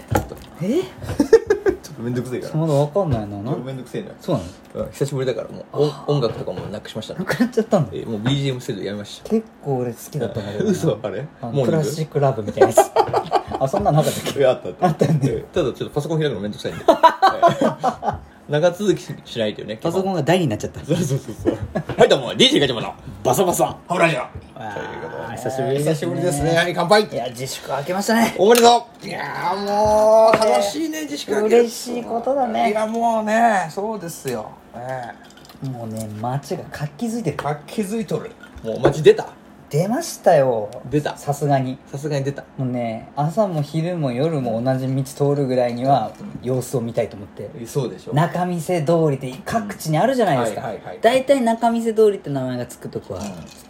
えちょっとめんどくせえからまだわかんないなちょっなとめんどくせえなそうなのうん久しぶりだからもうお音楽とかもなくしましたなねくなっちゃったんだえーもう BGM 制度やめました結構俺好きだったんだけどな嘘あれあのもうクラシックラブみたいなやつ あそんなのなかったっけいやあったあったあったんだよえーただちょっとパソコン開くのめんどくさい んではい長続きしないとねパソコンンが台になっちゃったそうそうそうそうはいどうも DJ ガチャマのバサバサハブラジオあーということで久しぶりですね久しぶりですねはい乾杯いや自粛明けましたねおめでとういやーもう楽しいね自粛明け嬉しいことだいねやもうねそうですよねもうね街が活気づいてる活気づいとるもう街出た出ましたよ出たさすがにさすがに出たもうね朝も昼も夜も同じ道通るぐらいには様子を見たいと思ってそうでしょ仲見世通りって各地にあるじゃないですか、はいはいはい大体仲見世通りって名前がつくとこはち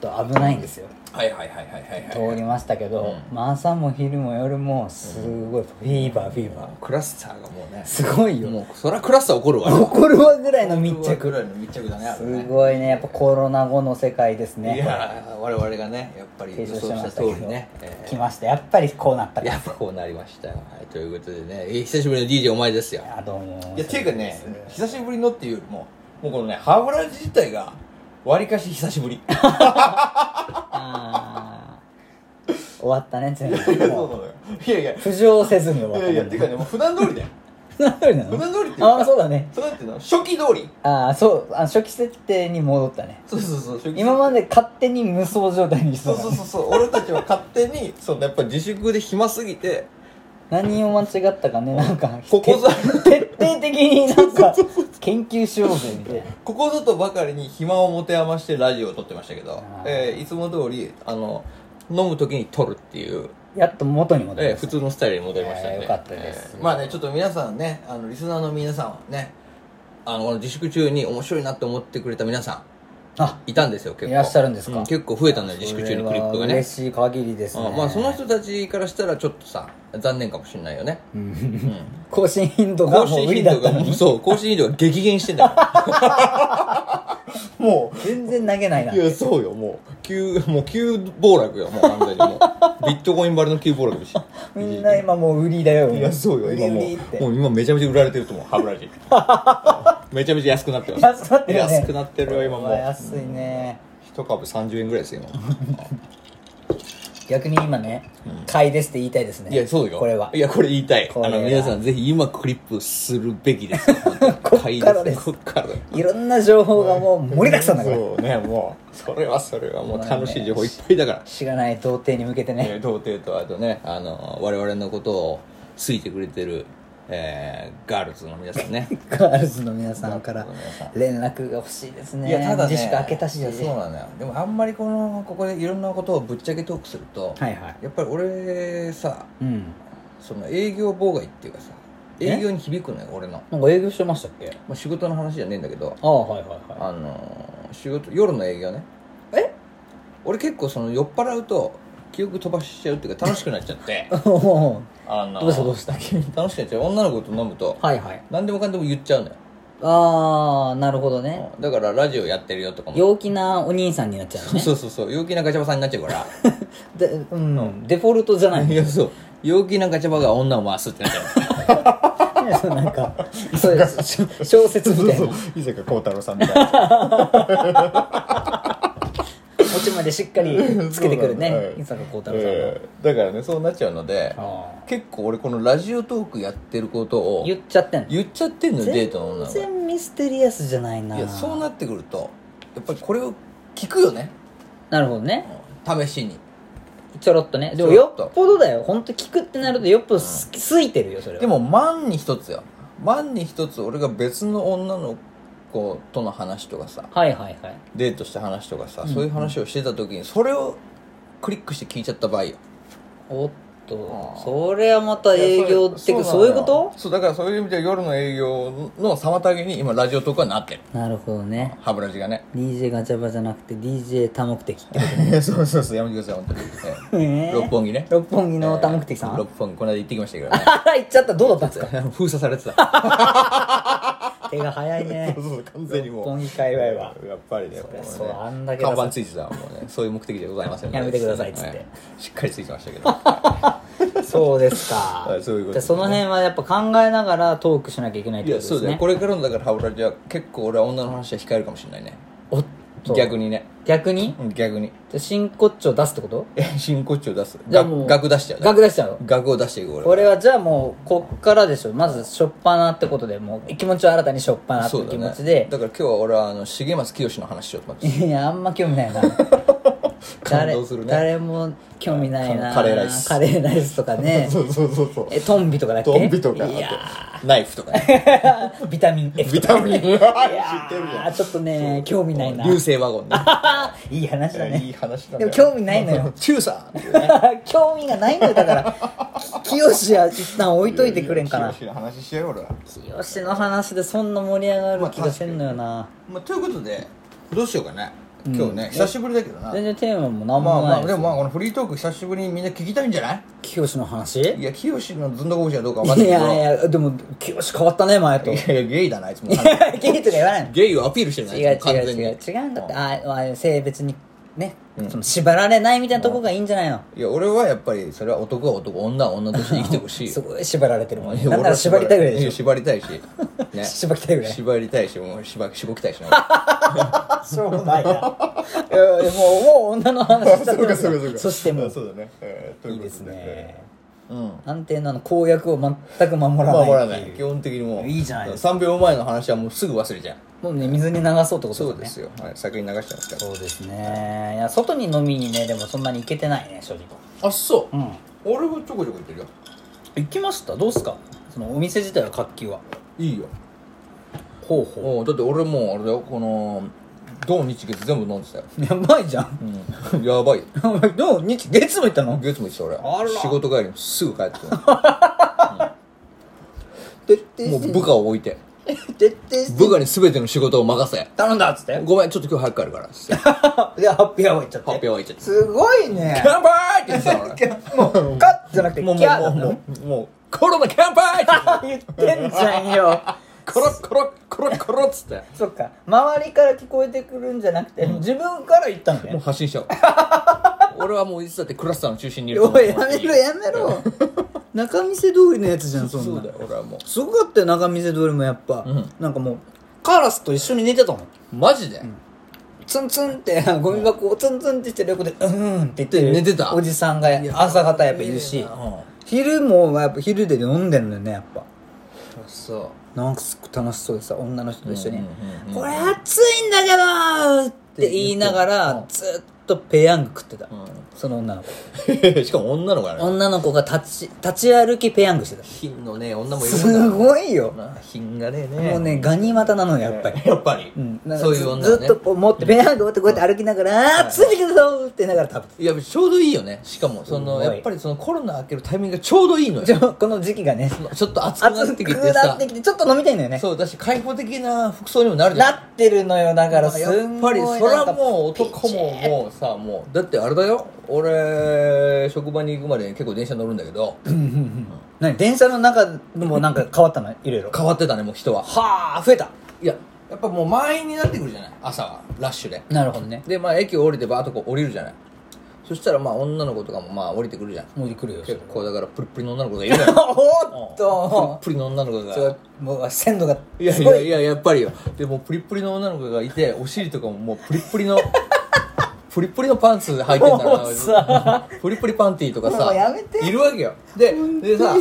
ょっと危ないんですよ、はいはいはいはいはいはい通りましたけど、うまあ、朝も昼も夜もすごいフィーバーフィーバークラスターがもうねすごいよもうそりゃクラスター起こるわ怒るわぐらいの密ぐ着らいの密着だねあれすねごいねやっぱコロナ後の世界ですいねやー我々がねやっぱり提予想唱してしまたした通けりど、ね、え来ましたやっぱりこうなったー、かやっぱこうなりましたよ、はい、ということでねえー久しぶりの DJ お前ですよらあどうもいやていうかね久しぶりのっていうよりももうこのねハーブラジ自体がわりかし久し ぶりあー終わっ たね全そうな部もうのよいやいやい浮上せずに終わやったいやねていうかねもう普段通りだよ何通りなの普段通りっていうかああそうだねそれなんていうの初期通りああそうあ初期設定に戻ったねそうそうそう初期通り今まで勝手に無双状態にしてたそね、うそうそうそう俺たちは勝手にそのやっぱ自粛で暇すぎて何を間違ったかねなんかここぞ徹底的にな んか研究しようぜみたいなここぞとばかりに暇を持て余してラジオを撮ってましたけどあ、ーえーいつも通りあの飲む時に撮るっていう、やっと元に戻りえーま普した、通のスタイルに戻りましたんえーで、よかったですえーまあねちょっと皆さんねあのリスナーの皆さんはねあのこの自粛中に面白いなって思ってくれた皆さあんいたんですよ結構いらっしゃるんですかう結構増えたんだよ自粛中にクリップがそれはね嬉しい限りですねあまあその人たちからしたらちょっとさ残念かもしれないよね、ううんん、更新頻度更がもう新無理頻だ度ったがのもうにそう更新頻度が激減してんだかもう全然投げ ないならいやそうよもう急もう急暴落よもう完全に もうビットコインばりの急暴落でしみんな今もう売りだよいやそうよ売今り売もりっうてもう今めちゃめちゃ売られてると思う歯ブラシ めちゃめちゃ安くなってます安くなってるよね安くなってるよ今もうわう安いね一株30円ぐらいですよ今逆に今ね買いですって言いたいですねいやそうよこれはいやこれ言いたいこあれはの皆さんぜひ今クリップするべきですよ こっからですこっからいろんな情報がもう盛りだくさんだからそうねもうそれはそれはもう楽しい情報いっぱいだから知らない童貞に向けてねえー童貞とあとねあの我々のことを好いてくれてる、えーガールズの皆さんねガールズの皆さんから連絡が欲しいですね自粛明けたしいやそうなのよでもあんまりこのここでいろんなことをぶっちゃけトークすると、はいはいやっぱり俺さうんその営業妨害っていうかさえ営業に響くのよ俺の、なんか営業してましたっけまあ、仕事の話じゃねえんだけどああはいはいはあのー仕事夜の営業ねえ俺結構その酔っ払うと記憶飛ばしちゃうっていうか楽しくなっちゃって いおあのーーどうしたどうした急に楽しくなっちゃう女の子と飲むとはいはい何でもかんでも言っちゃうのよああなるほどねだからラジオやってるよとかも陽気なお兄さんになっちゃうのねそうそうそう陽気なガチャバさんになっちゃうからでうんデフォルトじゃな いいねやそう陽気なガチャバが女を回すって なっちゃうそう なん かそういうし小説みたいな伊坂幸太郎さんみたい な落ちまでしっかりつけてくるそうねなんだ伊坂幸太郎さんのえーだからねそうなっちゃうのであ結構俺このラジオトークやってることーを言っちゃってんの言っちゃってんのよデートの女の子全い然ミステリアスじゃないなやそうなってくるとやっぱりこれを聞くよねなるほどね試しにちょろっとねでもちょろよっとっぽどだよ本当聞くってなるとよっぽどすすいてるよそれはでも万に一つよ万に一つ俺が別の女の子との話とかさはいはいはいデートした話とかさ、そういう話をしてた時にそれをクリックして聞いちゃった場合よおっとあーそれはまた営業ってかそういうことそうだからそういう意味では夜の営業の妨げに今ラジオトークはなってるなるほどね歯ブラシがね DJ ガチャバじゃなくて DJ 多目的ってこ そうそうそうやめてください本当に、とえねー六本木ね 六本木の多目的さん六本木この間行ってきましたけどね あら行っちゃったどうだったんです 封鎖されてたか 手が早いね そうそう完全にもう六本木界隈はやっぱりねもうりゃねそうあんだけ看板ついてたらもうねそういう目的じゃございませんのでやめてくださいっつってはしっかりついてましたけどそうですかはいそういうことじゃあその辺はやっぱ考えながらトークしなきゃいけないっいてこやと そでうすだよねこれからのだからハブラジは結構俺は女の話は控えるかもしれないねおっと逆にね逆にうん逆にじゃあ真骨頂出すってことえ真骨頂出すじゃあもう額出しちゃうね額出しちゃう額を出していく俺は俺はじゃあもうこっからでしょまずしょっぱなってことでもう気持ちを新たにしょっぱなってそうだ気持ねちで、だから今日は俺はあの重松清の話しようと思 っていやあんま興味ないな 感動するね誰誰も興味ないなカレーライスカレーライスと かねうそうそうそうえトンビとかだっけトンビとかあいやとナイフとかね ービタミン F ビタミン知ってるじあーちょっとね興味ないゃんな流星ワゴ ンねいい話だいいね話だねでも興味ないのよ チューサー 興味がないのよだから き清志は一旦置いといてくれんかな 清の話しちゃうよ俺は清志の話でそんな盛り上がる気がせんのよなまあ、ということでどうしようかね今日ね、久しぶりだけどな全然テーマも何まあもまなあいでもまあこのフリートーク久しぶりにみんな聞きたいんじゃない清志の話いいや清のずんどこぶしはどうか分かやんないいけどやでも清志変わったね前といやいやゲイだなあいつもゲイとか言わないのゲイをアピールしてるな あい違うつも違完う全に違う違うんだってあああ性別にねその縛られないみたいなとこがいいんじゃないのいや俺はやっぱりそれは男は男女は女として生きてほし いよすごい縛られてるもんいねやなんなら縛りたいぐらいでいしやょ縛りたいしね縛りたいぐらい縛りたいしもう縛しごきたい しねしょうもないないやいやもうもう女の話しちゃってますよそしてもうそうだねいいですねうん安定のあの公約を全く守らない守らなっていう基本的にもういいじゃないです3秒前の話はもうすぐ忘れちゃうもうね水に流そうってことそうだでねすよはい先に流しちゃいますかそうですねいや外に飲みにねでもそんなに行けてないね正直らあそううん俺はちょこちょこ言ってるよ行きましたどうすかそのお店自体は活気はいいよほうほおうだって俺もうあれだよこの土日月全部飲んでたよ、うやばいじゃん うん、やばいよお前どう日月も行ったの月も行ってた俺あら仕事帰りもすぐ帰って くる徹底もう部下を置いて徹底して部下に全ての仕事を任せ頼んだっつって ごめんちょっと今日早く帰るからっつってでハッピーアワー行っちゃってハッピーアワー行っちゃってすごいね乾杯って言ってたからもうカッじゃなくてもうもキャーだうったもうのもうもうコロナ乾杯って言ってた言ってんじゃんよ コロコロコロコロっつってそっか周りから聞こえてくるんじゃなくて、自分から言ったんだもうよ発信しちゃう俺はもういつだってクラスターの中心にいると思おういやめろやめろ 中見世通りのやつじゃんそんなそうだよ俺はもすごかったよ中見世通りもやっぱ、んなんかもうカラスと一緒に寝てたのうマジで、ツンツンってゴミ箱をツンツンってしてる横でうーんって言ってる寝てたおじさんが朝方やっぱいるいしやうん昼もやっぱ昼で飲んでんのよねやっぱそうなんかすっごい楽しそうでさ女の人と一緒にうん「これ暑いんだけど!」って言いながらずっとペヤング食ってた、その女の子 しかも女の子やね女の子が立ち立ち歩きペヤングしてた品のねえ女もいるもんすだごいよな品がねえねもうねガニ股なのよやっぱりやっぱり、うんなんかそういう女ずはずねっとこう持ってペヤング持ってこうやって歩きながら「暑いんだけど!」って言いながら食べていやちょうどいいよねしかもそのすごいやっぱりそのコロナ明けるタイミングがちょうどいいのよじゃあこの時期がねちょっと暑くな暑ってきくてなっさてきてちょっと飲みたいのよねそうだし開放的な服装にもなるじゃんなってるのよだからすやっんぱごいりなんそかれはもう男ももうさもうだってあれだよ俺職場に行くまで結構電車乗るんだけど何電車の中でもなんか変わったのいろいろ変わってたねもう人ははあ増えたいややっぱもう満員になってくるじゃない朝はラッシュでなるほどねでまあ駅降りてバーッとこう降りるじゃないそしたらまあ女の子とかもまあ降りてくるじゃんもう来るよ結構だからプリプリの女の子がいるじゃんおっとプリプリの女の子がちょもう鮮度がいやすいごやいいややっぱりよでもうプリプリの女の子がいてお尻とかももうプリプリの プリプリのパンツ履いてんだろもううさなプリプリパンティーとかもさうやめているわけよででさ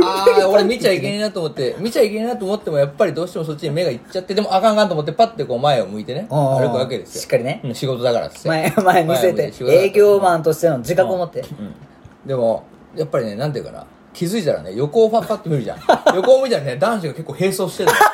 ああ俺見ちゃいけないなと思って見ちゃいけないなと思ってもやっぱりどうしてもそっちに目がいっちゃってでもあかんあかんと思ってパッてこう前を向いてねおうおう歩くわけですよしっかりねうん仕事だからっつって前前見せ前て見せて営業マンとしての自覚を持ってうんでもやっぱりねなんていうかな気づいたらね横をパッパッて見るじゃん 横を見たらね男子が結構並走して るわか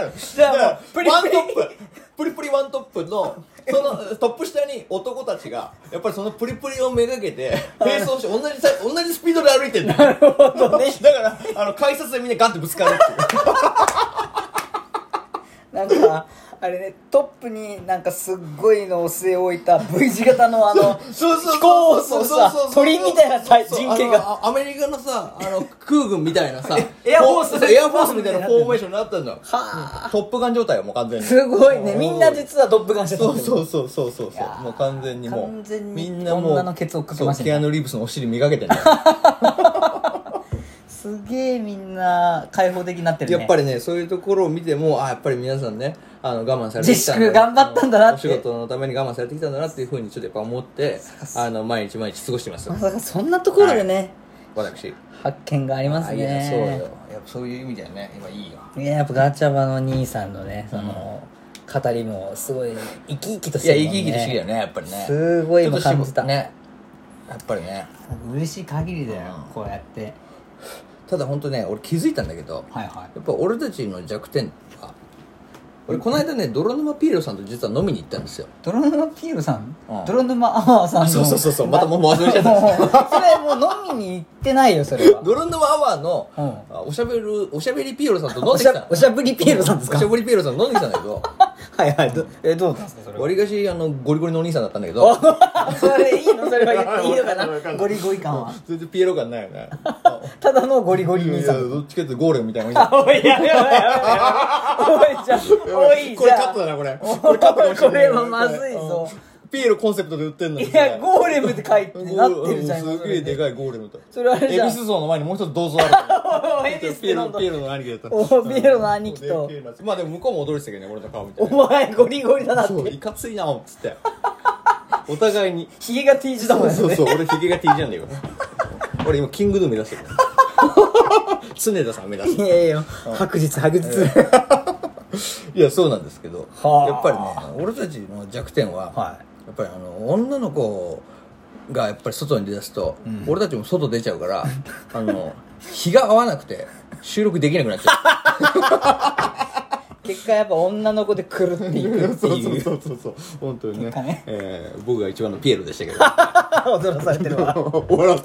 るじゃあもうプリワンプリトッププリプリワントップのそのトップ下に男たちがやっぱりそのプリプリをめがけて並走して同じさ同じスピードで歩いてるなるほどね だからあの改札でみんなガンってぶつかるっていうなんかあれね、トップになんかすっごいのを据え置いた V 字型の あの、 そうそう飛行をするさ鳥みたいなさ人形ががアメリカのさあの空軍みたいなさエアフォースそう エアフォースみたいなフォーメーションになったんだよはトップガン状態はもう完全にすごいね。うんみんな実はトップガンしてたそうう。そうそうそうそうそうやーもう完全にもう完全にみんなもう女のケツを食ってましたそうねケアヌ・リーブスのお尻磨 けてんだよすげえみんな開放的になってるね。やっぱり。りねそういうところを見てもあやっぱり皆さんねあの我慢されてきたんだ自粛頑張ったんだなってお仕事のために我慢されてきたんだなっていうふうにちょっとやっぱ思ってあの毎日毎日過ごしてますよまさかそんなところでね、私発見がありますいやね。そうよやっぱそういう意味ではね今いいよいや、やっぱガチャバの兄さんのね、その、語りもすごい生き生きとしいてやる生もんき生きとしてきたよねやっぱりねすごい今感じたちょっとしぼねやっぱりね嬉しい限りだよ、うんこうやって。ただ本当ね俺気づいたんだけどはいはやっぱ俺たちの弱点は俺この間ね泥沼ピーロさんと実は飲みに行ったんですよ泥沼ピールさん、うん泥沼アワーさんのあそうそうそうそうまたもう忘れちゃったもうそれもう飲みに行ってないよそれは泥沼アワーの、うあおしゃべるおしゃべりピーロさんと飲んおでしきたゃおしゃぶりピールさんですかおしゃべりピーロさんと飲んできたんだけ どはいはいどえどうだったんですかそれわりかしあのゴリゴリのお兄さんだったんだけどはそれいいのそれは言っていいのかわかんないわかんなないゴリゴリ感は全然ピエロ感ないよねただのゴリゴリいや兄いさやんどっちかっていうとゴーレムみたいなお兄さんおいやばいやばいやばいおいじゃあおいこじゃあれカットだなこれこれカットかもしこれないれはまずいぞうんピエロコンセプトで売ってんのにいやゴーレムって書いてなってるじゃんうんすげえでかいゴーレムとそれあれじゃん恵比寿像の前にもう一つ銅像あ おいるエビスピエで飲ロんだピエロの兄貴だったおピエロの兄貴とピエロのまあでも向こうも驚いてたけどね俺の顔見てお前ゴリゴリだなってそういかついなっつ ってお互いにひげが T 字だもんねそうそう俺ヒゲが T じゃんだよ俺今キングヌー目指 してる常田さん目指していやいや白日白日いやそうなんですけど、はあやっぱりね俺たちの弱点は、はやっぱりあの女の子がやっぱり外に出だすと、俺たちも外出ちゃうから あの日が合わなくて収録できなくなっちゃ結果やっぱ女の子で狂っていくうっていう そうそうそう本当に結果ね えー僕が一番のピエロでしたけ驚かされてるわど笑って